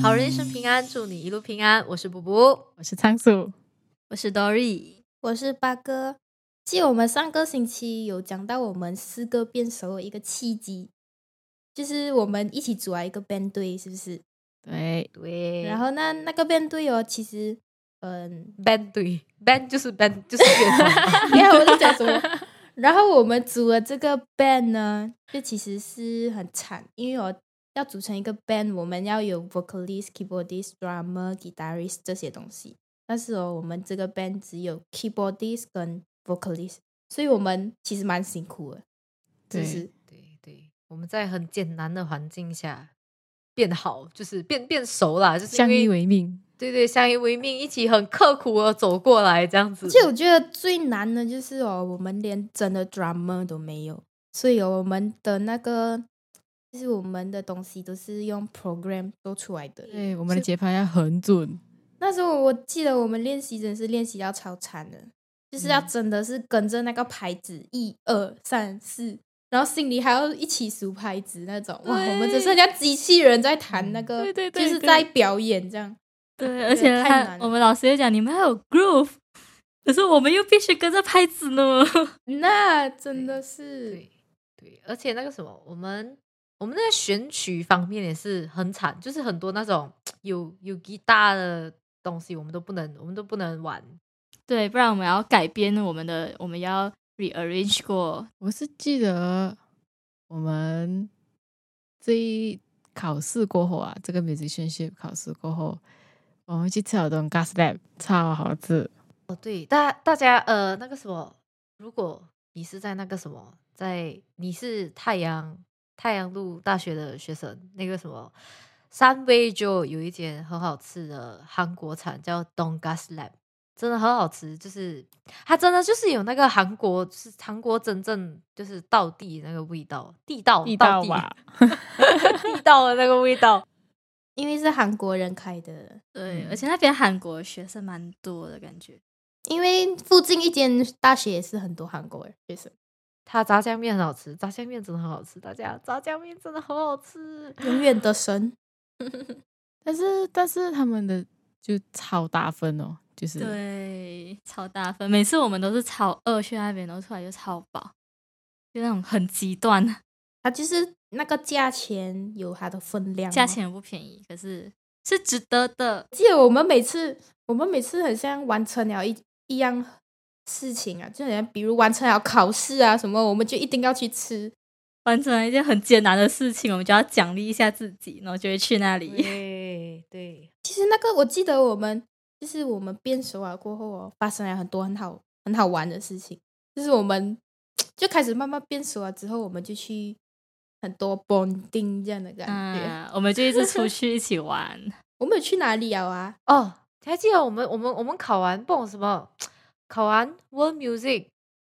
平安，祝你一路平安。我是布布，我是仓鼠，我是 Dory。我是八哥。记得我们上个星期有讲到我们四个变熟的一个契机，就是我们一起组了一个 band 队，是不是？对，对，然后那那个 band 队哦，其实，嗯， band 对 band 就是 band 就是乐团， 你看我在讲什么？ 然后我们组了这个 band 呢，就其实是很惨，因为我要组成一个 band，我们要有 vocalist、keyboardist、drummer、guitarist 这些东西。但是哦，我们这个 band 只有 keyboardist 跟 vocalist，所以我们其实蛮辛苦的，是不对是？对对，我们在很艰难的环境下变好，就是变变熟啦，就是因相依为为命。对对相依为命，一起很刻苦的走过来这样子而。且我觉得最难的就是哦，我们连真的 drummer 都没有，所以、哦、我们的那个就是我们的东西都是用 program 做出来的。对，我们的节拍要很准，那时候我记得我们练习真是练习到超惨的，就是要嗯真的是跟着那个拍子，一二三四，然后心里还要一起数拍子那种。哇，对我们只剩下机器人在弹那个，对对对就是对在表演这样。对，个而且太他难了我们老师也讲，你们还有 groove，可 是我们又必须跟着拍子呢。 那真的是对对，而且那个什么，我们我们那个选曲方面也是很惨，就是很多那种有有吉他的东西，我们都不能，我们都不能玩。对，不然我们要改编我们的，我们要 rearrange 过。我是记得我们这一考试过后啊，这个 musicianship 考试过后，我们去吃了顿 gas lab，超好吃。哦，对，大大家呃，那个什么，如果你是在那个什么，在你是太阳太阳路大学的学生，那个什么三杯就有一间很好吃的韩国餐叫 Don Gas Lab，真的很好吃，就是它真的就是有那个韩国，就是韩国真正就是道地那个味道，地道地道道吧， 地道的那个味道。因为是韩国人开的，对，嗯而且那边韩国学生蛮多的感觉。因为附近一间大学也是很多韩国人学生，它炸酱面很好吃，炸酱面真的很好吃，大家炸酱面真的很好吃。永远的神。但是但是他们的就超大份哦，就是对，超大分。每次我们都是超饿去那边，然后出来就超饱，就那种很极端，它就是那个价钱有它的分量、哦价。钱不便宜，可是是值得的。记得我们每次，我们每次很像完成了一一样事情啊，就好像比如完成了考试啊什么，我们就一定要去吃。完成了一件很艰难的事情，我们就要奖励一下自己，然后就会去 那里。对对，其实那个我记得我们就是我们变熟了过后哦，发生了很多很好很好玩的事情，就是我们就开始慢慢变熟了之后，我们就去很多 bonding 这样的感觉。嗯，我们就一直出去一起玩。我们有去哪里了啊？哦，你还记得我们我们我们考完不懂什么，考完 World Music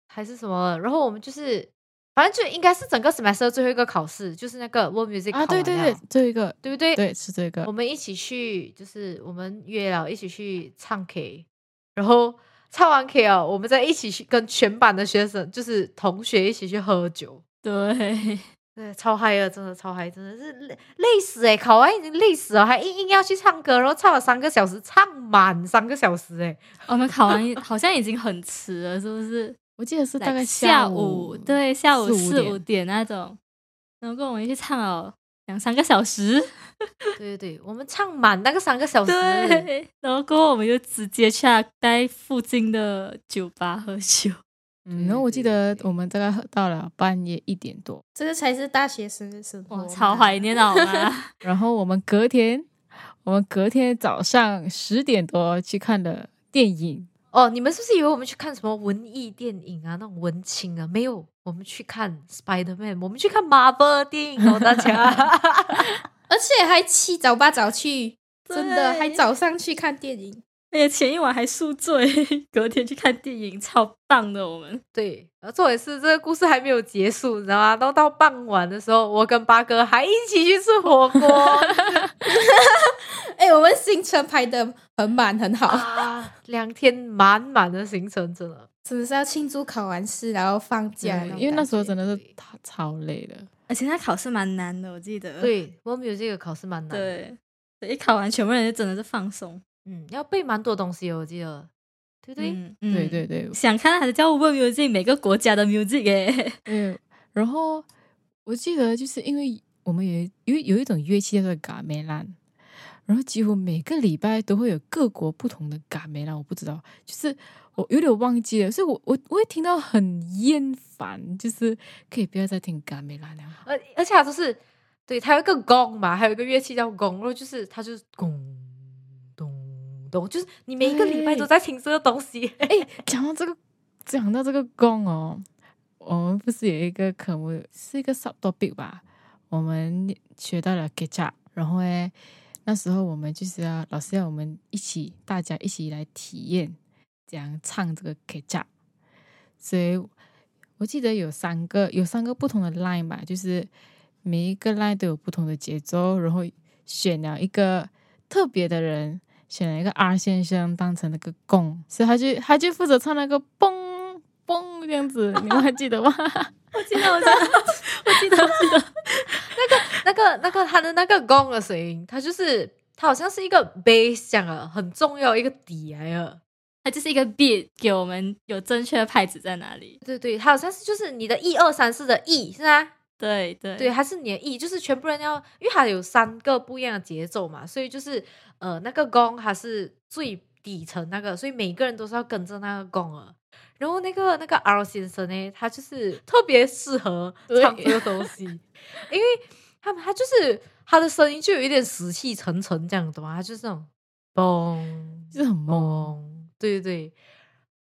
还是什么，然后我们就是反正就应该是整个 semester 最后一个考试，就是那个 World Music 啊，考对完对了对，这一个对不对？对是这个我，们一起去，就是我们约了一起去唱 K，然后唱完 K 哦，我们再一起去跟全班的学生，就是同学一起去喝酒。 对，对，超嗨了，真的超嗨，真的是累累死哎、欸！考完已经累死了，还硬硬要去唱歌，然后唱了三个小时，唱满三个小时哎、欸！我们考完好像已经很迟了，是不是？我记得是大概 Like，下午对，下午四四五五点那种，然后我们去唱了两三个小时， 对对对，我们唱满那个三个小时，对，然后过后我们就直接去那在附近的酒吧喝 酒，嗯，然后我记对对得对我们大概喝到了半夜一点多，这个才是大学生的生活嘛，哇，超怀念啊的好 吗？然后我们隔天，我们隔天早上十点多去看的电影，哦，你们是不是以为我们去看什么文艺电影啊，那种文青啊？没有，我们去看 Spider Man，我们去看 Marvel 的电影哦，大家。 而且还七早八早去，真的对还早上去看电影。而且哎前一晚还宿醉， 隔天去看电影，超棒的我们。对，然后重点是这个故事还没有结束，你知道吗？到到傍晚的时候，我跟八哥还一起去吃火 锅哎、我们行程排的很满，很好，啊，两天满满的行程，真的。真的是要庆祝考完试，然后放假种嗯感觉。因为那时候真的是对超超累的。而且那考试蛮难的，我记得。对，World Music 的考试蛮难的。对，对一考完，全部人就真的是放松。嗯，要背蛮多东西哦，我记得，对不对？嗯，对嗯对对，想看他的叫 World Music 每个国家的 Music 耶，对，然后我记得就是因为我们有一有一有一种乐器叫做嘎梅兰，然后几乎每个礼拜都会有各国不同的嘎梅兰，我不知道，就是我有点忘记了，所以我我我会听到很厌烦，就是可以不要再听嘎梅兰了吗。而而且它就是对，它有一个弓嘛，还有一个乐器叫弓，然后就是它就是弓咚咚，就是你每一个礼拜都对在听这个东西。哎，讲到这个，讲到这个弓哦，我们不是有一个科目是一个 subtopic 吧？我们学到了 get up，然后呢，那时候我们就是要老师要我们一起，大家一起来体验怎样唱这个 get up，所以我记得有三个有三个不同的 line 吧，就是每一个 line 都有不同的节奏，然后选了一个特别的人，选了一个 R 先生当成那个弓，所以他就他就负责唱那个嘣嘣这样子，你们还记得吗？ 我记得，我记得， 我记得，我记得。 那个那个它的那个弓的声音，它就是它好像是一个 bass 这样啊，很重要一个底来了。它就是一个 beat，给我们有正确的拍子在哪里。对对，它好像是就是你的一二三四的 E 是吗？对 对对，，还是你的 E，就是全部人要，因为它有三个不一样的节奏嘛，所以就是呃那个弓它是最底层那个，所以每个人都是要跟着那个弓啊。然后那个那个 R 先生呢，他就是特别适 合唱这个东西， 因为他他就是他的声音就有一点死气沉沉这样，懂吗？他就是那种嘣就是很懵。嘣，对对对，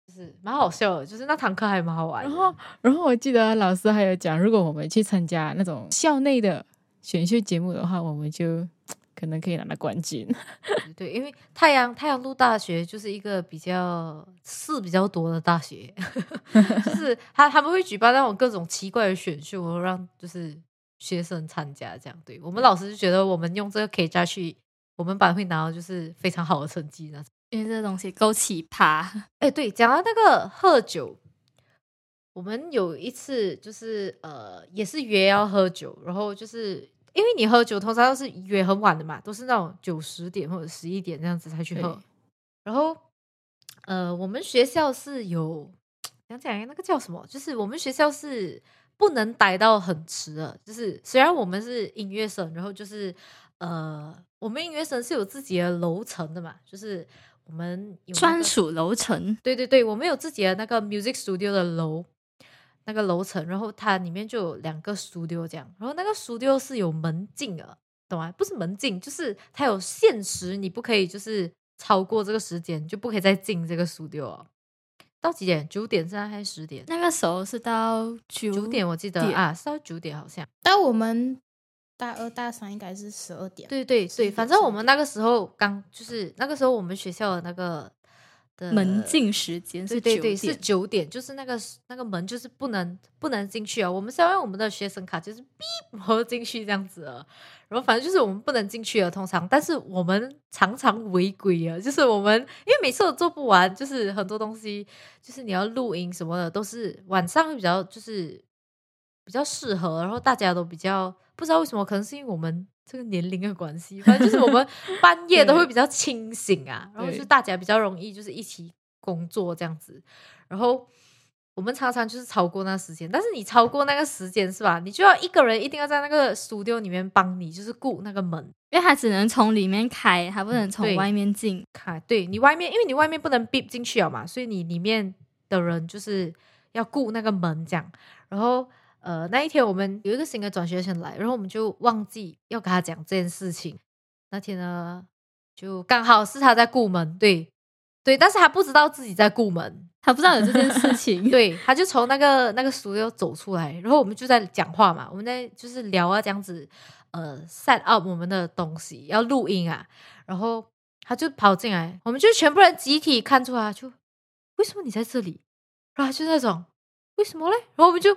就是蛮好笑的，就是那堂课还蛮好玩的。然后，然后我记得老师还有讲，如果我们去参加那种校内的选秀节目的话，我们就可能可以拿到冠军。对，因为太阳太阳路大学就是一个比较事比较多的大学， 就是他他们会举办那种各种奇怪的选秀，然后让就是学生参加这样。对我们老师就觉得我们用这个 K 加去，我们班会拿到就是非常好的成绩那种。因为这东西够奇葩。哎，对，讲到那个喝酒，我们有一次就是呃，也是约要喝酒，然后就是因为你喝酒通常都是约很晚的嘛，都是那种九十点或者十一点这样子才去喝对。然后呃，我们学校是有讲讲那个叫什么，就是我们学校是不能待到很迟的，就是虽然我们是音乐生，然后就是呃，我们音乐生是有自己的楼层的嘛，就是。我们有那专个属楼层，对对对，我们有自己的那个 music studio 的楼，那个楼层，然后它里面就有两个 studio 这样，然后那个 studio 是有门禁的，懂吗？不是门禁，就是它有限时，你不可以就是超过这个时间，你就不可以再进这个 studio 哦。到几点？九点现在还是十点？那个时候是到九九点我记得点啊，是到九点好像。但我们大二大三应该是十二点，对对11对，点反正我12们那个时候刚就是那个时候我们学校的那个的门禁时间对是对九对，是点，九点，就是那个那个门就是不能不能进去啊。我们是要用我们的学生卡，就是哔， 然后进去这样子啊。然后反正就是我们不能进去啊，通常，但是我们常常违规啊，就是我们因为每次都做不完，就是很多东西，就是你要录音什么的，都是晚上会比较就是比较适合，然后大家都比较不知道为什么，可能是因为我们。这个年龄的关系，反正就是我们 半夜都会比较清醒啊，然后就对大家比较容易就是一起工作这样子，然后我们常常就是超过那时间，但是你超过那个时间是吧？你就要一个人一定要在那个 studio 里面帮你，就是顾那个门因为它只能从里面开，它不能从对外面进。开。对你外面，因为你外面不能 beep 进去了哦嘛，所以你里面的人就是要顾那个门这样。然后呃，那一天我们有一个新的转学生来，然后我们就忘记要跟他讲这件事情。那天呢，就刚好是他在顾门，对对，但是他不知道自己在顾门，他不知道有这件事 情，对，他就从那个那个 studio 走出来，然后我们就在讲话嘛，我们在就是聊啊这样子，呃，set up 我们的东西要录音啊，然后他就跑进来，我们就全部人集体看出来，就为什么你在这里？然后他就那种为什么嘞？然后我们就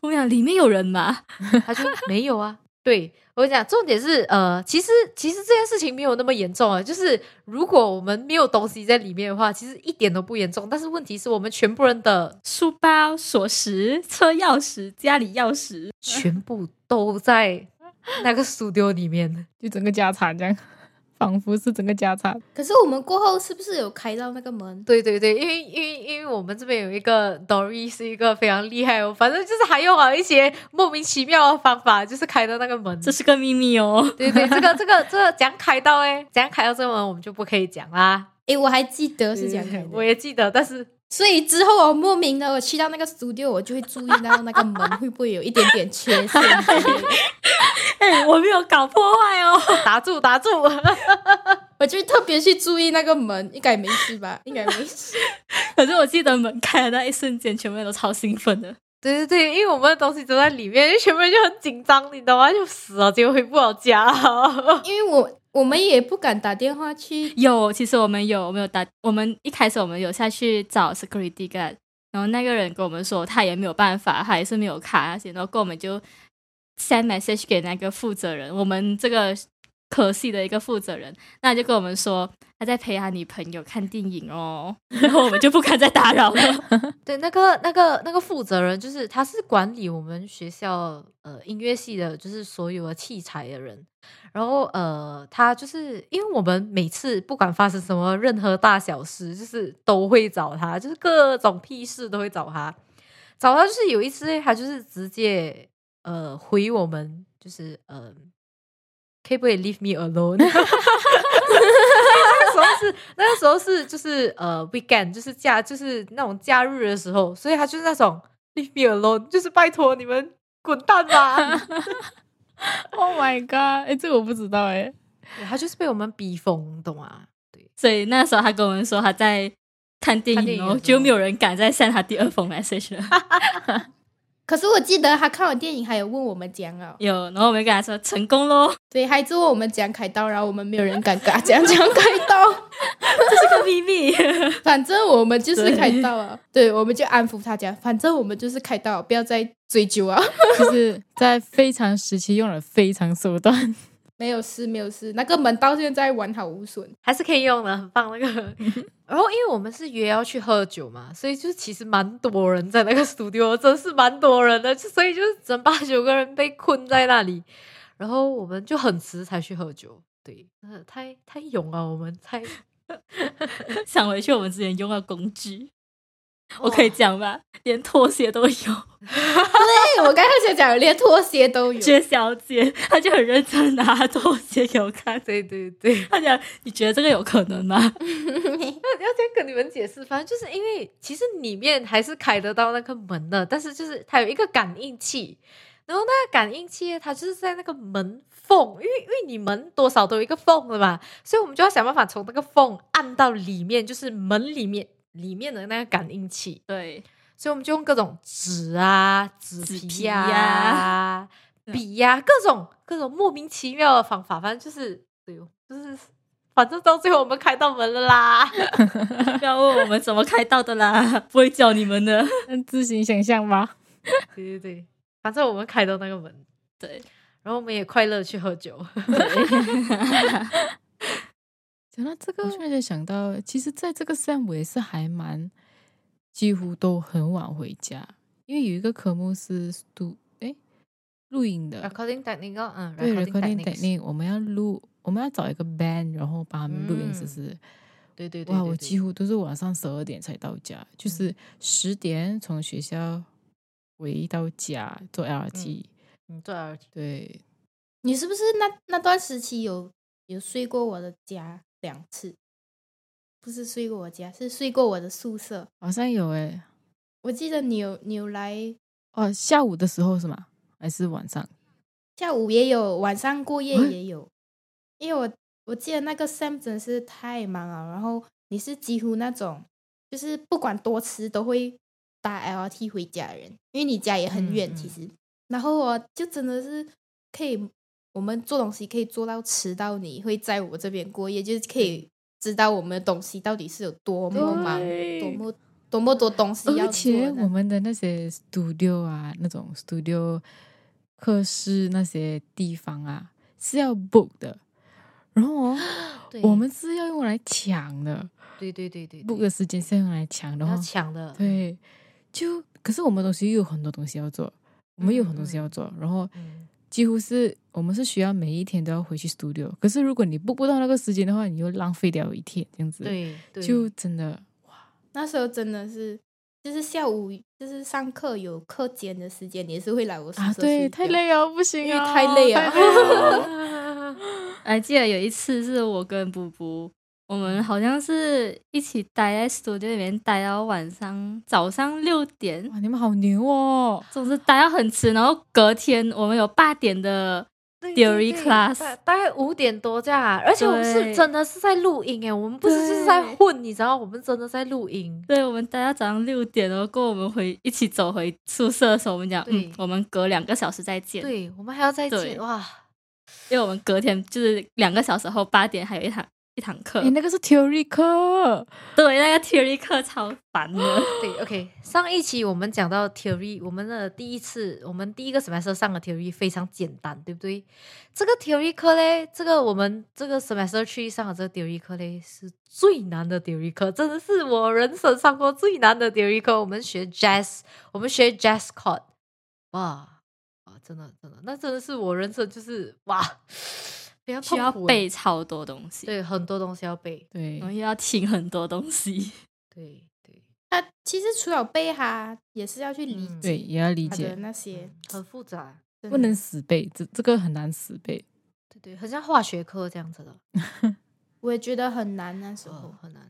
我们讲里面有人嘛，他就没有啊。对我跟你讲，重点是呃，其实其实这件事情没有那么严重啊。就是如果我们没有东西在里面的话，其实一点都不严重。但是问题是我们全部人的书包、锁匙、车钥匙、家里钥匙，全部都在那个 studio 里面。就整个家产这样仿佛是整个家产。可是我们过后是不是有开到那个 门？对对对，因为因为因为我们这边有一个 Dory 是一个非常厉害哦，反正就是还用了一些莫名其妙的方法，就是开到那个门。这是个秘密 哦。对对，这个这个这个怎样开到哎，怎样开到这个门我们就不可以讲啦。诶，哎我还记得是这样 开对我的。也记得，但是所以之后我莫名的我去到那个 studio，我就会注意到那个门会不会有一点点缺陷之 类的，哎、我没有搞破坏哦。打住打住， 我就会特别去注意那个门，应该没事 吧？应该没事。 可是我记得门开的那一瞬间，全部人都超兴奋的。对对对，因为我们的东西都在里面，就全部人就很紧张，你懂吗？就死了，结果回不了家。因为我我们也不敢打电话去，有，其实我们有，我们有打，我们一开始我们有下去找 security guard，然后那个人跟我们说他也没有办法，他也是没有卡那些，然后跟我们就 send message 给那个负责人，我们这个科系的一个负责人，那就跟我们说他在陪他女朋友看电影哦， 然后我们就不敢再打扰 了。对，那个那个那个负责人就是他是管理我们学校呃音乐系的，就是所有的器材的人。然后呃，他就是因为我们每次不管发生什么任何大小事，就是都会找他，就是各种屁事都会找他。找他就是有一次，他就是直接呃回我们，就是呃，可以不可以 leave me alone？那个时候是 那个时候是就是呃 weekend，就是假就是那种假日的时候，所以他就是那种 leave me alone，就是 拜托你们滚蛋 吧。 Oh my god！哎，这个我不知道哎。 对他就是被我们逼疯，懂吗？对，所以那时候他跟我们说他在看电看电影影的，哦时候就没有人敢再 send 他第二封 message 了。可是我记得他看完电影还有问我们讲啊，有，然后我们跟他说成功喽，对，还问我们讲开刀，然后我们没有人敢跟他讲讲开刀，这是个秘密。 反正我们就是开刀啊，对，我们就安抚他讲，反正我们就是开刀，不要再追究啊。就是在非常时期用了非常手段。没有事，没有事，那个门到现在完好无损。还是可以用的，很棒那个。 然后因为我们是约要去喝酒嘛，所以就是其实蛮多人在那个 studio，真是蛮多人的，就所以就是整八九个人被困在那里。然后我们就很迟才去喝酒，对，真的太太勇了，我们太想回去我们之前用到工具，我可以讲吧，连拖鞋都有。哎对我刚才想讲，连拖鞋都有。薛小姐她就很认真拿拖鞋给我看，对对对。她讲你觉得这个有可能吗？ 要先跟你们解释，反正就是因为其实里面还是开得到那个门的，但是就是它有一个感应器，然后那个感应器呢它就是在那个门缝，因为因为你门多少都有一个缝的嘛，所以我们就要想办法从那个缝按到里面，就是门里面里面的那个感应器，对，所以我们就用各种纸啊、纸纸皮皮呀、 呀笔呀、各种各种莫名其妙的方法，反正就是对哦，就是反正到最后我们开到门了啦。不要问我们怎么开到的啦，不会教你们的。那 自行想象吧。对对对，反正我们开到那个门，对，然后我们也快乐去喝酒。讲到这个，我突然间想到，其实在这个 Sam 我也是还蛮，几乎都很晚回家，因为有一个科目是录诶录影的， recording technical，嗯对 recording recording technique， technique，我们要录，我们要找一个 band，然后帮他们录音，嗯是不是？对对对嗯哇，我几乎乎都是晚上十二点才到家，就是十点从学校回到家坐嗯 LRT，、你做 RT，对，你是不是那那段时期有有睡过我的家两次？不是睡过我家，是睡过我的宿舍。好像有诶，我记得你有你有来，哦，下午的时候是吗？还是晚哦上？下午也有，晚上过夜嗯也有。因为我我记得那个 Sam 真是太忙了，然后你是几乎那种就是不管多迟都会搭 LRT 回家的人，因为你家也很嗯远嗯其实。然后我就真的是可以，我们做东西可以做到迟到你会在我这边过夜，就是可以知道我们的东西到底是有多么忙，对多么多么多东西而要做且的我呢。们的那些 studio 啊，那种 studio 课室那些地方啊，是要 book 的。然后哦 对，我们是要用来抢的对对对对，book 对，的时间是要用来抢的要哦。抢的，对，就可是我们东西又有很多东西要做，我们有很多东西嗯嗯要做，然后嗯几乎是我们是需要每一天都要回去 studio。可是如果你 book 不到那个时间的话，你又浪费掉一天，这样子，对对， 就真的那时候真的是，就是下午就是上课有课间的时间，你也是会来我宿舍、啊，对，太，累了，不行因为啊，太累啊太了还记得有一次是我跟布布，我们好像是一起待在 studio 里面待到晚上早上六点，哇，你们好牛哦！总之待到很迟，然后隔天我们有八点的，对对 theory 对 class 大大概五点多这样啊，而且我们是对真的是在录音哎，我们不是就是在混，你知道，我们真的在录音。对，我们待到早上六点，然后跟我们回一起走回宿舍的时候，我们讲，对嗯，我们隔两个小时再见，对，我们还要再对见哇！因为我们隔天就是两个小时后八点还有一堂一堂课，你那个是 theory 嗯课，对，那个 theory 课超烦的，对，OK，上一期我们讲到 theory，我们的第一次，我们第一个 semester 上的 theory 非常简单，对不对？这个 theory 课嘞，这个我们这个 semester 去上的这个 theory 课嘞，是最难的 theory 课，真的是我人生上过最难的 theory 课。我们学 jazz，我们学 jazz chord，哇啊，真的真的，那真的是我人生就是哇，非常需痛要苦欸，背超多东西，对，很多东西要背，对然后又要听很多东 西，对对， 他其实除了背哈，也是要去理嗯对，解也要理他的解，那些，很复杂。真的不能死背，这这个很难死背。对对，很像化学课这样子的，我也觉得很难那时候哦，，很 难。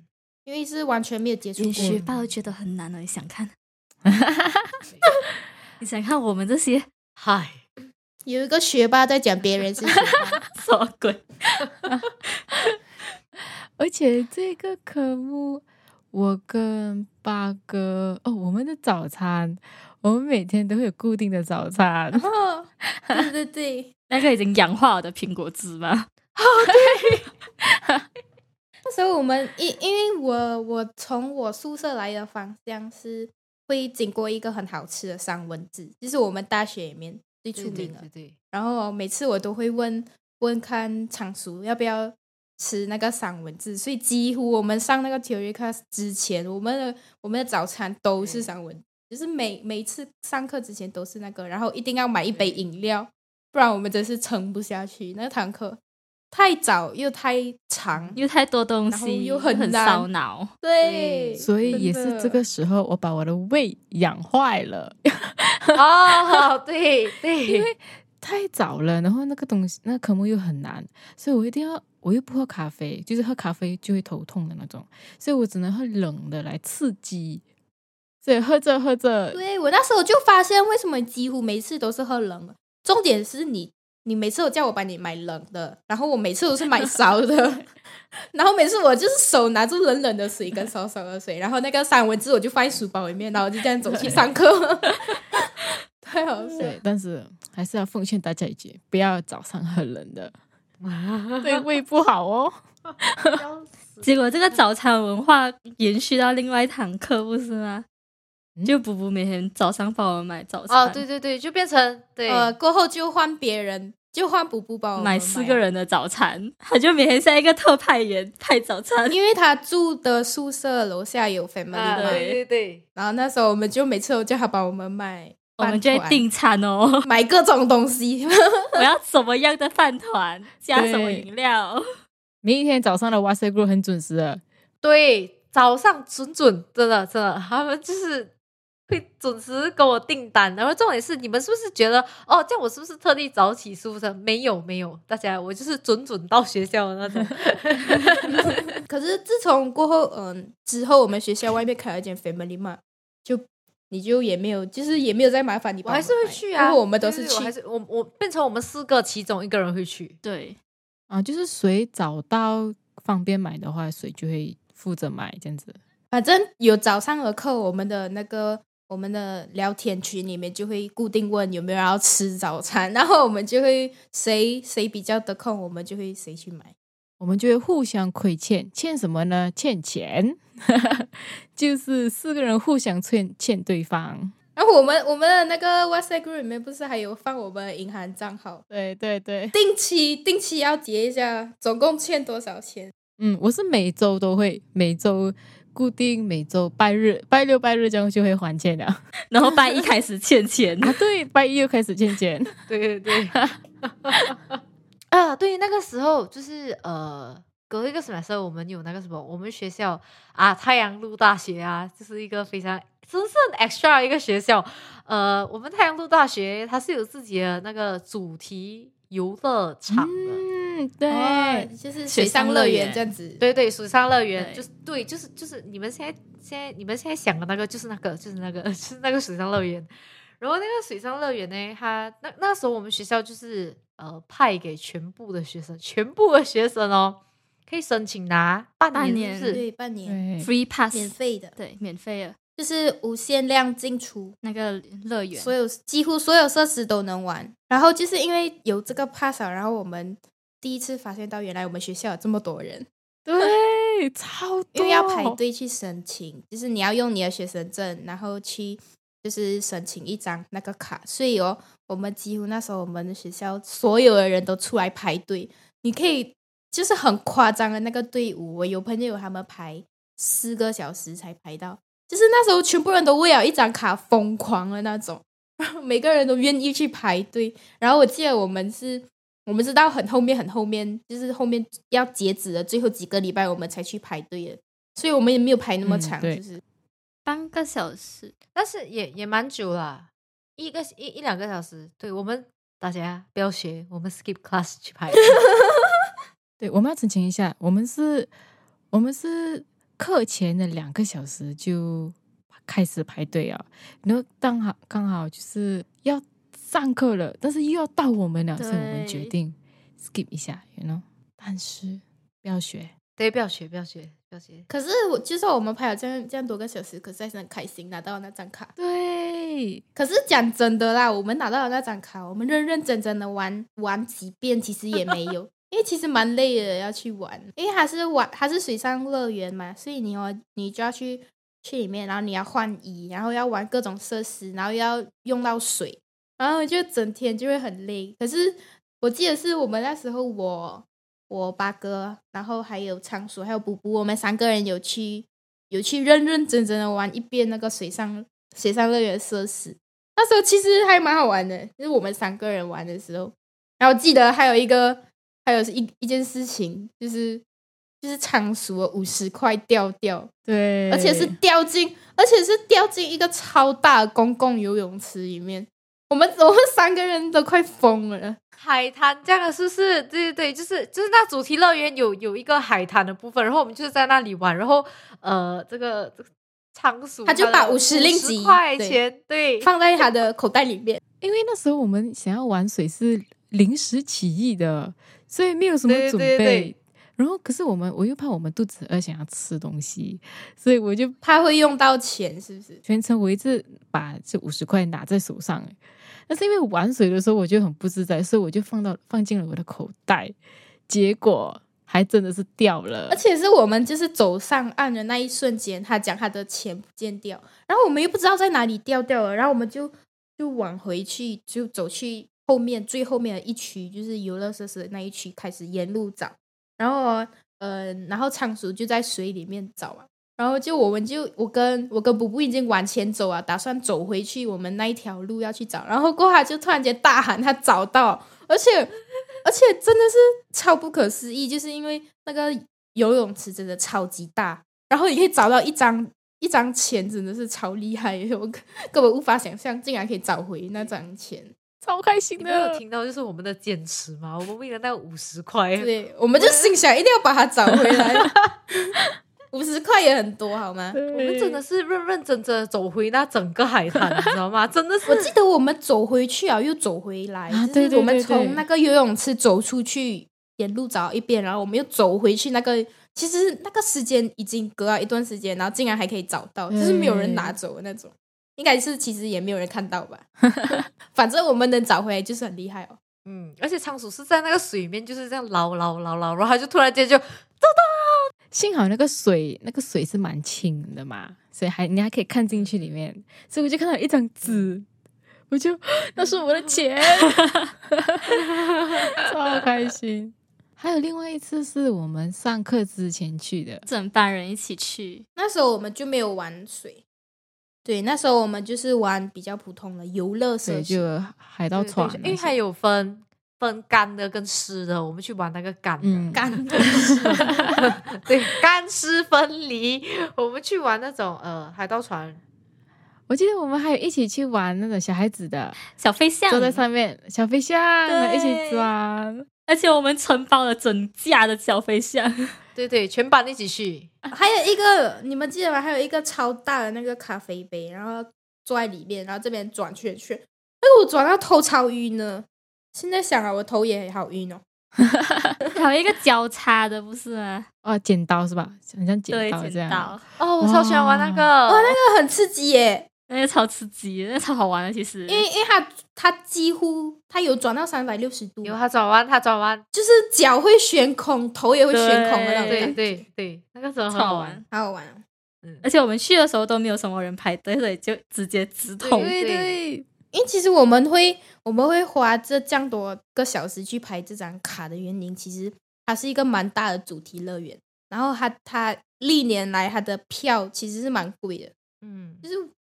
因为是完全没有接触连过。学霸都觉得很难了，哦你想看？你想看我们这些嗨，有一个学霸在讲别人是学霸， 什么鬼？而且这个科目，我跟八哥哦，我们的早餐，我们每天都会有固定的早餐， 哦，对对对， 那个已经氧化了的苹果汁吗？那时候我们因因为我我从我宿舍来的方向是会经过一个很好吃的三文治，就是我们大学里面最出对对名的对。对，然后每次我都会问问看常熟要不要吃那个三文治，所以几乎我们上那个 theory class 之前，我们的我们的早餐都是三文，就是每每次上课之前都是那个，然后一定要买一杯饮料，不然我们真是撑不下去。那堂课太早又太长因，为太多东然后西，又很很烂烧脑。对，所以真也是的这个时候，我把我的胃养坏了， 哦，对对，因为太早了，然后那个东西，那个科目又很难，所以我一定要，我又不喝咖啡，就是喝咖啡就会头痛的那种，所以我只能喝冷的来刺激。所以喝着喝着，对我那时候就发现，为什么几乎每次都是喝冷的？重点是你，你每次都叫我帮你买冷的，然后我每次都是买烧 的，然后每次我就是手拿住冷冷的水跟烧烧的水，然后那个三文治我就放在书包里面，然后就这样走去上课， 太好 笑。对，但是还是要奉劝大家一句，不要早上喝冷 的，对胃不好哦。结果这个早餐文化延续到另外一堂课，不是吗？嗯就补补每天早上帮我们买早餐，哦，对对对，就变成对，呃，过后就换别人，就换补补包买四个，人的早餐，他就每天像一个特派员派 早餐。因为他住的宿舍楼下有 family 啊嘛，对对对对，然后那时候我们就每次都叫他帮我们买我饭团，们就会订餐哦， 买各种东西。我要什么样的饭团，加什么饮料，明天早上的哇塞 group 很准时的，对，早上准准，真的真的，他们就是。会准时跟我订单，然后重点是你们是不是觉得哦，这样我是不是特地早起？是不是？没有没有，大家我就是准准到学校的那种。可是自从过后，嗯，之后我们学校外面开了一间 Family Mart，就你就也没有，就是也没有再麻烦 你我帮还们买。是会去啊，过后我们都是对对对去我还。是我我变成我们四个其中一个人会去。对，啊，就是谁找到方便买的话，谁就会负责买这样子。反正有早上的课，我们的那个我们的聊天群里面就会固定问有没有人要吃早餐， 然后我们就会谁谁比较得空，我们就会谁去买。我们就会互相亏欠，欠什么呢？欠钱， 就是四个人互相欠欠对方。然后我们我们的那个 WhatsApp group 里面不是还有放我们的银行账号，对对对，定期定期要结一下，总共欠多少钱。嗯，我是每周都会，每周固定每周拜日、拜六、拜日这样就会还 钱了啊。 然后拜一开始欠钱，对，拜一又开始欠钱。对对对， 啊，对，那个时候就是呃，隔一个 semester 我们有那个什么，我们学校啊，太阳路大学啊，就是一个非常真是很 extra 的一个学校。呃，我们太阳路大学它是有自己的那个主题游乐场的。嗯，对，哦，就是水水上上乐乐园园这样子。对对，水上乐园对就是对，就是就是你们现在现在你们现在想的那个，就是那个就是那个 就是那个水上乐园。然后那个水上乐园呢，它那那时候我们学校就是呃派给全部的学生，全部的学生哦，可以申请拿半半年，是不是？对，半对年 free pass，免费的，对，免费的就是无限量进出。那个乐园，所有几乎所有设施都能玩。然后就是因为有这个 pass，啊然后我们第一次发现到原来我们学校有这么多人，对，超多，因为要排队去申请，就是你要用你的学生证，然后去就是申请一张那个卡。所以哦，我们几乎那时候我们的学校所有的人都出来排队，你可以就是很夸张的那个队伍，我有朋友他们排四个小时才排到。就是那时候，全部人都为了一张卡疯狂的那种， 每个人都愿意去排队。然后我记得我们是，我们是到很后面很后面，就是后面要截止的最后几个礼拜，我们才去排队的，所以我们也没有排那么嗯长，对就是半个小时，但是也也蛮久啦，一个一一两个小时。对我们大家不要学，我们 skip class 去排队。 对，我们要澄清一下，我们是，我们是课前的两个小时就开始排队啊，然后刚好刚好就是要上课了，但是又要到我们了，所以我们决对定 skip 一下，you know，但是不要学，对，不要学，不要学，不要学。可是我就算我们排了这样这样多个小时，可是还是很开心拿到那张卡。对，可是讲真的啦，我们拿到了那张卡，我们认认真真的玩玩几遍，其实也没有，因为其实蛮累的，要去玩，因为它是玩它是水上乐园嘛，所以你哦你就要去去里面，然后你要换衣，然后要玩各种设施，然后要用到水，然后就整天就会很累。可是我记得是我们那时候我我八哥，然后还有仓鼠还有补补，我们三个人有去有去认认真真的玩一遍那个水上水上乐园设施。那时候其实还蛮好玩的，就是我们三个人玩的时候。然后记得还有一个，还有是一一件事情，就是就是仓鼠五十块掉掉，对，而且是掉进，而且是掉进一个超大的公共游泳池里面。我们我们三个人都快疯了，海滩这样的是不是？对对对，就是就是那主题乐园有有一个海滩的部分，然后我们就是在那里玩，然后呃，这个这个仓鼠他就把50 50令吉块钱，对，放在他的口袋里面。因为那时候我们想要玩水是临时起意的，所以没有什么对准对备。对然后，可是我们我又怕我们肚子饿，想要吃东西，所以我就他会用到钱，是不是？全程我一直把这五十块拿在手上。诶但是因为玩水的时候我就很不自在，所以我就放到放进了我的口袋，结果还真的是掉了。而且是我们就是走上岸的那一瞬间，他讲他的钱不见掉，然后我们又不知道在哪里掉掉了，然后我们就就往回去，就走去后面最后面的一区，就是游乐设施的那一区，开始沿路找，然后哦呃，然后仓鼠就在水里面找啊，然后就我们就我跟我跟布布已经往前走啊，打算走回去我们那一条路要去找，然后过后他就突然间大喊他找到，而且 而且真的是超不可思议，就是因为那个游泳池真的超级大，然后你可以找到一张一张钱，真的是超厉害， 我根根本无法想象，竟然可以找回那张钱。超开心你没有的，听到就是我们的坚持吗？我们为了那五十块，对，我们就心想一定要把它找回来，五十块也很多好吗？啊我我们真的是认认真真的走回那整个海滩，你知道 吗？真的是我记得我们走回去啊，又走回来，啊就对是对我们对对从那个游泳池走出去，沿路找一遍，然后我们又走回去那个。其实那个时间已经隔了一段时间，然后竟然还可以找到，就是没有人拿走的那种，应该是其实也没有人看到吧。 反正我们能找回来就是很厉害哦。嗯，而且仓鼠是在那个水里面就是这样捞捞捞捞，然后它就突然间就幸好那个水，那个水是蛮清的嘛，所以还你还可以看进去里面，所以我就看到一张纸，我 就那是我的钱，超开心。还有另外一次是我们上课之前去的，整班人一起去，那时候我们就没有玩水，对，那时候我们就是玩比较普通的游乐所设以施，就海盗对对船啊那些，因为还有分分干的跟湿的，我们去玩那个干的，嗯干 对，干湿分离。我们去玩那种呃海盗船，我记得我们还有一起去玩那种小孩子的，小飞哎象坐在上面小飞象对一起抓，而且我们承包了整架的小飞象，对对，全班一起去。还有一个你们记得吗？还有一个超大的那个咖啡杯，然后坐在里面，然后这边转圈圈，那个我转到头超晕呢。现在想啊，我头也好晕哦。 还有一个交叉的，不是吗？哦，剪刀是吧？很像剪对，刀这剪样。刀，哦，我超喜欢玩哦那个，哇那个很刺激耶，那个哎超刺激，那个超好玩的，其 实。嗯因为因为它它几乎它有转到三百六十度，有他转弯，他转弯，就是脚会悬空，头也会悬空的那种对感觉，对对，那个时候很超好好玩玩。好好玩、哦。嗯而且我们去的时候都没有什么人排队，所以就直接直哦通。对对因为其实我们会我们会花这这样多个小时去排这张卡的原因，其实它是一个蛮大的主题乐园，然后它它历年来它的票其实是蛮贵的，嗯，就是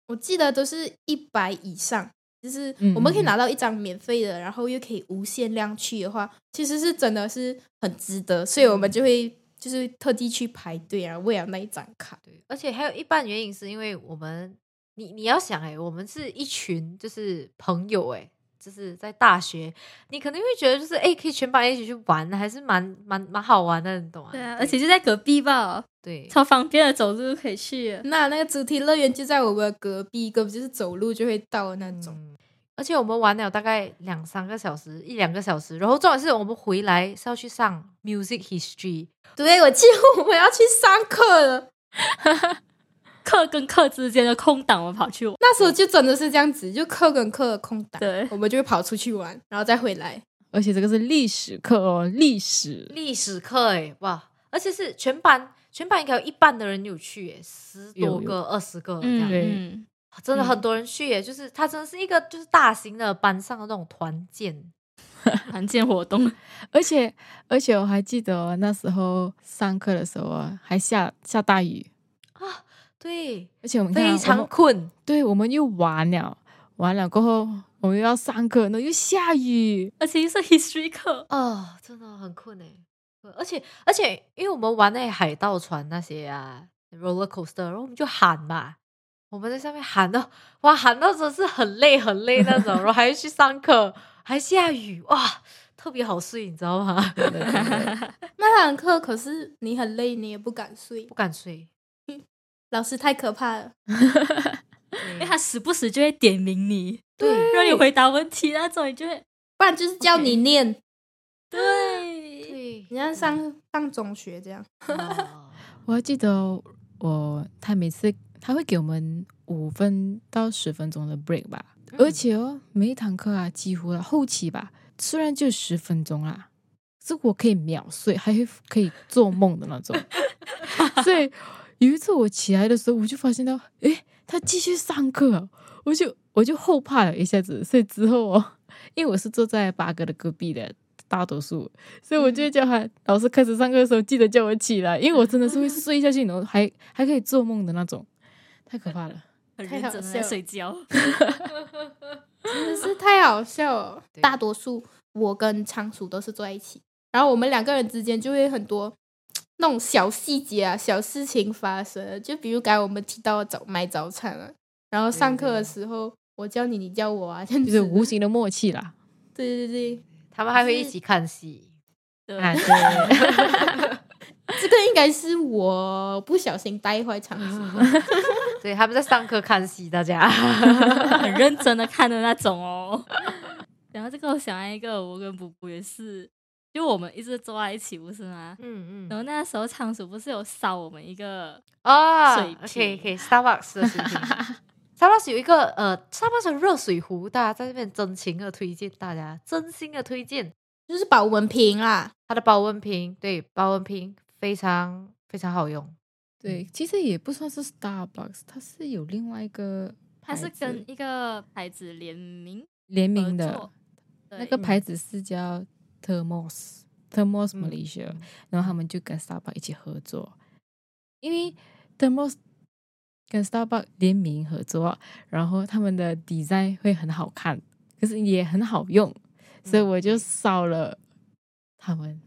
我记得都是一百以上，就是嗯我们可以嗯拿到一张免费的，然后又可以无限量去的话，其实是真的是很值得，所以我嗯们就会就是特地去排队啊，为了那一张卡。对，而且还有一半原因是因为我们，你你要想哎、我们是一群就是朋友哎、就是在大学，你可能会觉得就是哎、可以全班一起去玩，还是蛮蛮蛮好玩的，你懂吗？对啊，而且就在隔壁吧，对，超方便的，走路就可以去。那那个主题乐园就在我们隔壁，根本就是走路就会到的那种。嗯而且我们玩了大概两三个小时，一两个小时，然后重点是我们回来是要去上 music history，对，我记得我们要去上课了，课跟课之间的空档，我跑去玩。那时候就真的是这样子，就课跟课的空档，对，我们就会跑出去玩，然后再回来。而且这个是历史课哦，历史历史课哎，哇！而且是全班，全班应该有一半的人有去哎，十多有个、二十个这样嗯对嗯，真的嗯很多人去耶，就是它真的是一个就是大型的班上的那种团建，团建活动，而且而且我还记得哦、那时候上课的时候啊，还下下大雨，啊对，而且我们看啊非我常们困，对，我们又玩了，完了过后我们又要上课，然后又下雨，而且又是 history 课，哦，真的很困哎。对而且而且，因为我们玩那海盗船那些啊，roller coaster，然后我们就喊嘛，我们在上面喊到哇，喊到真的是很累很累那种，然后还要去上课，还下雨哇，特别好睡，你知道吗？ 那堂课可是你很累，你也不敢睡不，敢睡，老师太可怕了。因为哎他时不时就会点名你，对让你回答问题那种，你就会不然就是叫你念对。 对你像上上中学这样。哦我还记得哦我他每次他会给我们五分到十分钟的 break 吧，嗯而且哦每一堂课啊几乎啊后期吧，虽然就十分钟啦，是我可以秒睡，还会可以做梦的那种。所以有一次我起来的时候，我就发现到，诶，他继续上课哦，我就我就后怕了一下子，所以之后哦， 因为我是坐在八哥的隔壁的。大多数，所以我就会叫他、老师开始上课的时候，记得叫我起来，因为我真的是会睡下去，然后还还可以做梦的那种，太可怕了。很太认好真的笑在了睡 觉，真的是太好笑了。对大多数我跟仓鼠都是坐在一起，然后我们两个人之间就会很多那种小细节啊、小事情发生。就比如刚才我们提到早买早餐啊，然后上课的时候我叫你，你叫我啊， 这样就是子。无形的默契啦。对对对，他们还会一起看戏，对，啊，对，这个应该是我不小心带坏仓鼠。啊对，他们在上课看戏，大家 很认真的看的那种哦。 然后这个我想到一个，我跟布布也是，就我们一直坐在一起，不是吗？嗯 然后那时候仓鼠不是有烧我们一个，哦水瓶，OK OK，Starbucks 的水 瓶，Starbucks 有一个呃，Starbucks 的热水壶，大家在这边真情的推荐，大家真心的推荐就是保温瓶啦，它的保温瓶，对，保温瓶非常非常好用，嗯对，其实也不算是 Starbucks，它是有另外一个它牌子，是跟一个牌子联名联名合的作，那对嗯个牌子是叫 Thermos， Thermos 嗯 Malaysia，、然后他们就跟 Starbucks 一起合作，因为 Thermos 跟 Starbucks 联名合作，然后他们的 design 会很好看，可是也很好用，所以嗯我就烧了他们。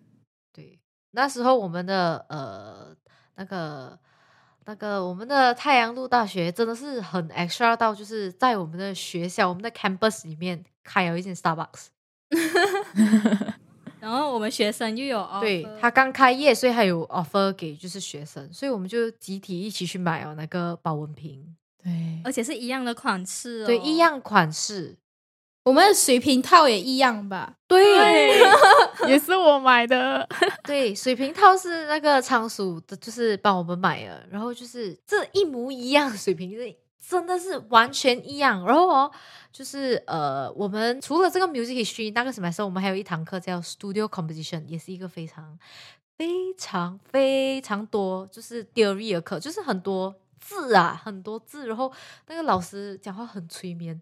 对，那时候我们的呃那个那个我们的太阳路大学真的是很 extra 到，就是在我们的学校我们的 campus 里面开了一间 Starbucks。然后我们学生又有哦呃 offer 对，它刚开业，所以还有 offer 给就是学生，所以我们就集体一起去买哦了那个保温瓶，对，而且是一样的款式、哦，对，一。样款式。我们的水瓶套也一样吧？对也是我买 的。对，水瓶套是那个仓鼠的，就是帮我们买的，然后就是这一模一样，水瓶是真的是完全一样。然后哦，就是呃，我们除了这个 music history 那个 semester，我们还有一堂课叫 studio composition，也是一个非常非常非常多就是 theory 的课，就是很多字啊，很多字。然后那个老师讲话很催眠，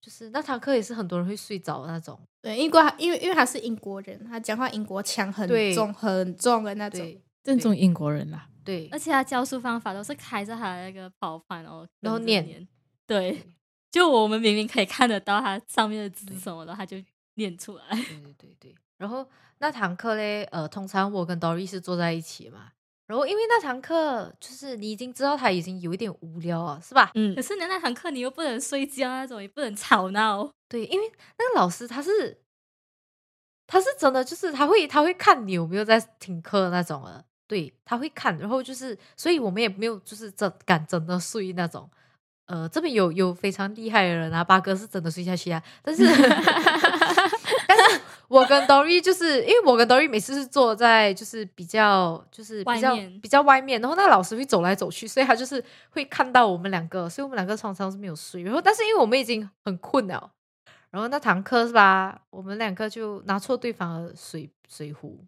就是那堂课也是很多人会睡着的那种。对，英国，因为因为他是英国人，他讲话英国腔很对重很重的那种。对正宗英国人啦，对而，且他教书方法都是开着他的那个跑饭哦，然后跟着念念。对，就我们明明可以看得到他上面的字是什么的，他就念出来。对对对对。然后那堂课嘞，呃，通常我跟 Dory 是坐在一起嘛。然后因为那堂课就是你已经知道他已经有一点无聊啊，是吧？嗯，可是你那堂课你又不能睡觉那种，也不能吵闹。对，因为那个老师他是他是真的就是他会他会看你有没有在听课的那种啊，对，他会看。然后就是，所以我们也没有就是真敢真的睡那种。呃，这边有有非常厉害的人啊，八哥是真的睡下去啊，但 是 但是我跟 Dory 就是因为我跟 Dory 每次是坐在就是比较就是比较外面比较外面，然后那个老师会走来走去，所以他就是会看到我们两个，所以我们两个常常是没有睡。然后但是因为我们已经很困了，然后那堂课是吧，我们两个就拿错对方的水水壶，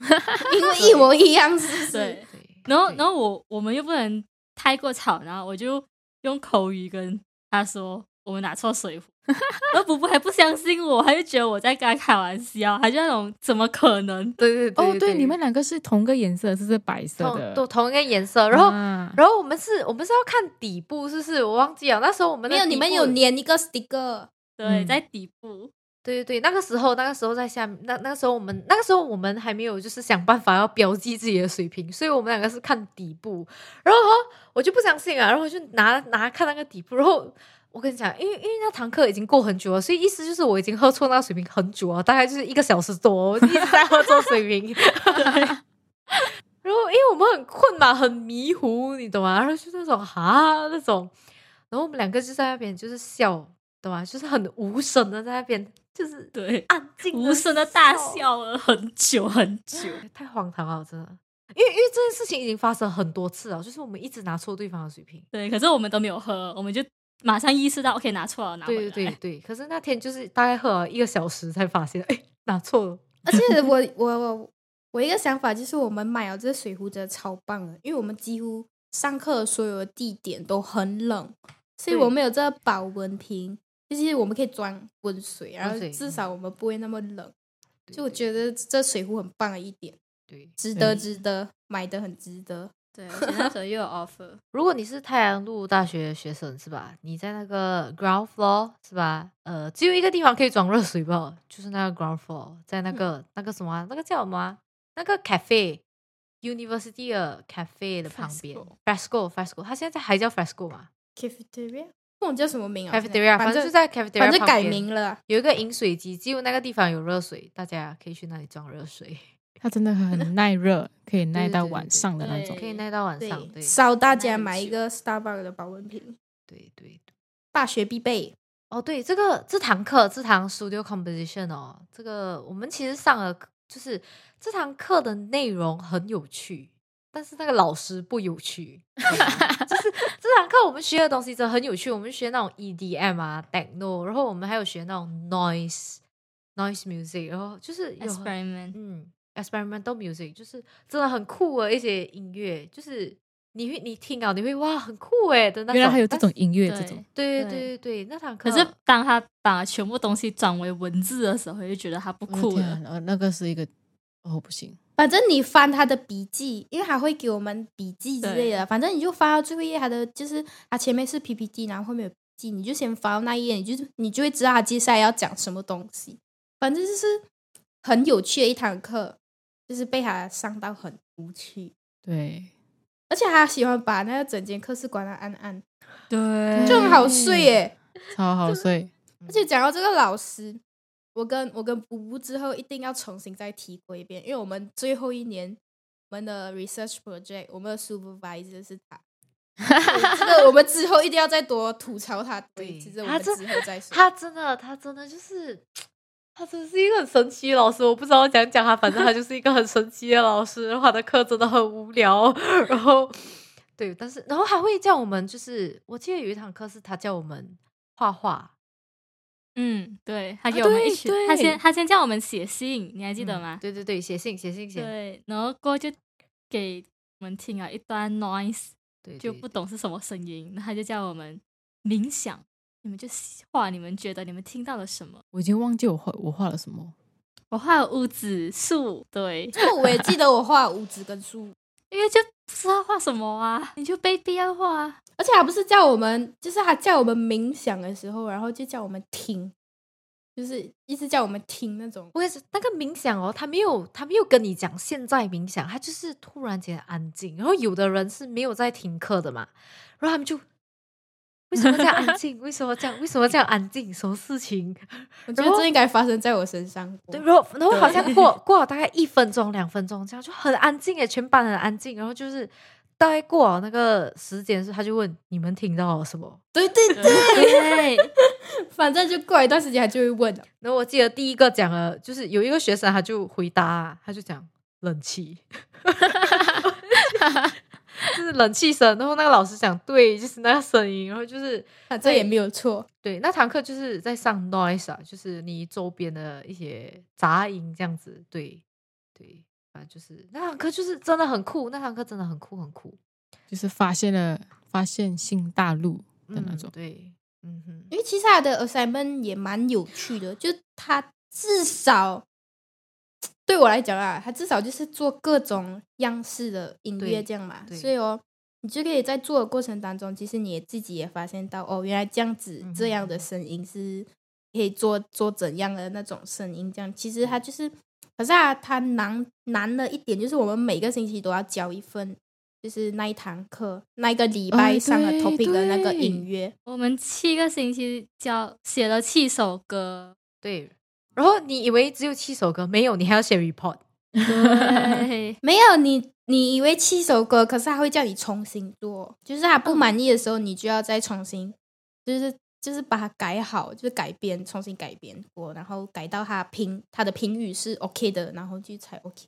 因为一模一样，是不是？对，对，然后对然后我我们又不能太过吵闹，我就用口语跟他说我们拿错水壶。 然后布布还不相信我，他就觉得我在跟他开玩笑，他就那种怎么可能？对对对哦，对，你们两个是同个颜色，是是白色同的，都同一个颜色，然后、啊然后我们是我们是要看底部，是不是？我忘记了，那时候我们的没有，你底们部有粘一个 sticker，对，嗯在底部。对对对，那个时候，那个时候在下面，那那个时候我们，那个时候我们还没有就是想办法要标记自己的水平，所以我们两个是看底部，然后哦我就不相信啊，然后我就拿拿看那个底部，然后我跟你讲，因为因为那堂课已经过很久了，所以意思就是我已经喝错那个水平很久了，大概就是一个小时多，我一直在喝错水平。 然后因为我们很困嘛，很迷糊，你懂吗？然后就那种哈那种，然后我们两个就在那边就是笑，懂吗？就是很无声的在那边，就是对，安静地无声的大啊笑，笑了很久很久。 太荒唐了，真的。因为因为这件事情已经发生很多次了，就是我们一直拿错对方的水平。对，可是我们都没有喝，我们就马上意识到，OK，拿错了，拿回对来。对对对，可是那天就是大概喝了一个小时才发现，哎，拿错了。而且我我我我一个想法就是，我们买了这水壶真的超棒的，因为我们几乎上课所有的地点都很冷，所以对我们有这个保温瓶，就是我们可以装温水，然后水至少我们不会那么冷。对就我觉得这水壶很棒的一点，对，值得对值得，买的很值得。对，而且那时候又有 offer，如果你是太阳路大学的学生是吧？你在那个 ground floor 是吧？呃，只有一个地方可以装热水吧，就是那个 ground floor，在那个、那个什么啊、那个叫什么啊、那个 cafe university 的 cafe 的旁边 Fresco fresco fresco，它现在还叫 fresco 嘛 cafeteria，忘了叫什么名啊 cafeteria，反反正就正在 cafeteria 反正旁改边名了。啊有一个饮水机，只有那个地方有热水，大家可以去那里装热水，它真的很耐热，可以耐到晚上的那对种。可以耐到晚对上。，对烧大家很买一久个 Starbucks 的保温瓶，对对大学必备。哦，对，这个这堂课这堂 studio composition 哦，这个我们其实上了课，就是这堂课的内容很有趣，但是那个老师不有趣。 就是这堂课我们学的东西真的很有趣，我们学那种 EDM 啊、techno，然后我们还有学那种 noise noise music，然后就是有很 experiment，嗯，experimental music 就是真的很酷的一些音乐，就是你会你听啊，你会哇很酷哎的那种。原来还有这但种是，音乐，对这种对对对对对，那堂课可是当他把全部东西转为文字的时候，就觉得它不酷我的天了。啊呃，那个是一个哦，不行，反正你翻他的笔记，因为他会给我们笔记之类的，反正你就翻到最后一页，他的就是他前面是 PPT，然后后面有笔记，你就先翻到那一页，你就是你就会知道他接下来要讲什么东西。反正就是很有趣的一堂课，就是被他上到很无趣，对，而且他喜欢把那个整间课室关的暗暗，对就很好睡耶。超好睡。而且讲到这个老师，我跟我跟布布之后一定要重新再提过一遍，因为我们最后一年我们的 research project，我们的 supervisor 是他。这个我们之后一定要再多吐槽他多一次，对这我们他之这后再说。他真的，他真的就是，他真是一个很神奇的老师。我不知道讲讲他，反正他就是一个很神奇的老师。然后他的课真的很无聊，然后对，但是然后还会叫我们，就是我记得有一堂课是他叫我们画画，嗯，对，他啊给我们对一群，对他先他先叫我们写信，你还记得嗯吗？对对对，写信写信写，对，然后过后就给我们听了一段 noise，对就对不懂是什么声音，然后他就叫我们冥想，你们就画你们觉得你们听到了什么。我已经忘记我画我画了什么，我画了屋子、树，对， 这个我也记得我画五指跟树，因为就不知道画什么啊，你就被逼要画啊。而且他不是叫我们，就是他叫我们冥想的时候，然后就叫我们听，就是一直叫我们听那种。我也是，那个冥想哦，他没有，他没有跟你讲现在冥想，他就是突然间安静。然后有的人是没有在听课的嘛，然后他们就为什么这样安静？为什么这样？为什么这样安静？什么事情？我觉得这应该发生在我身上过。对，然后然后好像过过了大概一分钟、两分钟这样，就很安静诶，全班很安静。然后就是大概过了那个时间的时候，他就问你们听到了什么？对对对，对，嗯反正就过一段时间他就会问了。然后我记得第一个讲了，就是有一个学生他就回答，他就讲冷气， 就是冷气声。然后那个老师讲对，就是那个声音，然后就是反正也没有错，对那堂课就是在上 noise 啊，就是你周边的一些杂音这样子。对对，反正就是那堂课就是真的很酷，那堂课真的很酷很酷就是发现了发现新大陆的那种嗯、。对，嗯哼，因为其实他的 assignment 也蛮有趣的，就他至少对我来讲啊，他至少就是做各种样式的音乐对这样嘛，对所以哦，你就可以在做的过程当中，其实你也自己也发现到哦，原来这样子嗯哼这样的声音是可以做做怎样的那种声音，这样其实他就是，可是啊，他难难的一点就是我们每个星期都要交一份。就是那一堂课，那一个礼拜哎上的对 topic 的那个对音乐，，我们七个星期教写了七首 歌，对。然后你以为只有七首歌，没有，你还要写 report。对没有你，你以为七首歌，可是他会叫你重新做，就是他不满意的时候，你就要再重新，就是就是把它改好，就是改编，重新改编过，然后改到他评他的评语是 OK 的，然后就才 OK。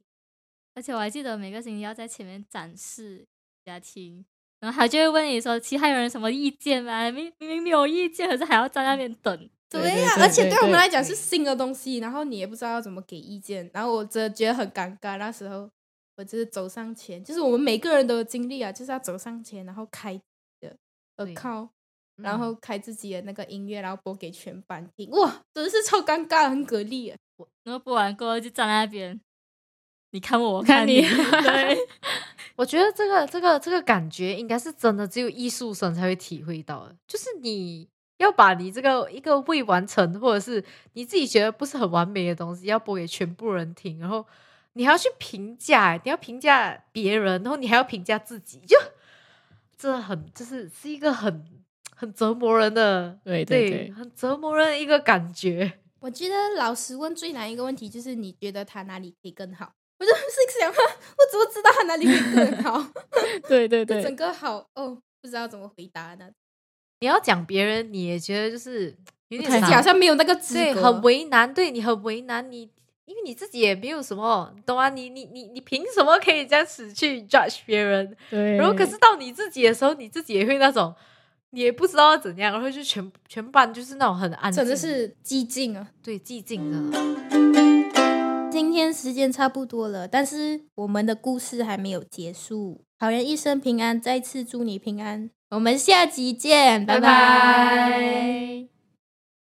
而且我还记得每个星期要在前面展示给大家听，然后他就会问你说，其他有人什么意见吗？明明明没有意见，可是还要在那边等。对呀、对而且对对我们对来讲是对新的东西，然后你也不知道要怎么给意见，然后我真的觉得很尴尬。那时候我就是走上前，就是我们每个人都有经历啊，就是要走上前，然后开的对 account。然嗯后开自己的那个音乐，然后播给全班听，哇，真的是超尴尬，很给力耶。然后播完过后就站在那边，你看我，我看你你，对，我觉得这个这个这个感觉应该是真的只有艺术生才会体会到的，就是你要把你这个一个未完成，或者是你自己觉得不是很完美的东西，要播给全部人听，然后你还要去评价，你要评价别人，然后你还要评价自己，就真的很就是是一个很很折磨人的，对对对很折磨人的一个感觉。我觉得老师问最难一个问题就是你觉得他哪里可以更好？ 我就是想，我怎么知道他哪里可以更 好？对对就整，个好哦，不知道怎么回答呢，你要讲别人，你也觉得就是有点自己难好像没有那个资对，格，很为难，对你很为难，你因为你自己也没有什么，懂啊？你你你你凭什么可以这样子去 judge 别人？ 对。然后可是到你自己的时候，你自己也会那种，你也不知道要怎样，然后就全全班就是那种很安静，真的是激进啊。对寂静的。今天时间差不多了，但是我们的故事还没有结束。好人一生平安，再次祝你平安。我们下集见，拜拜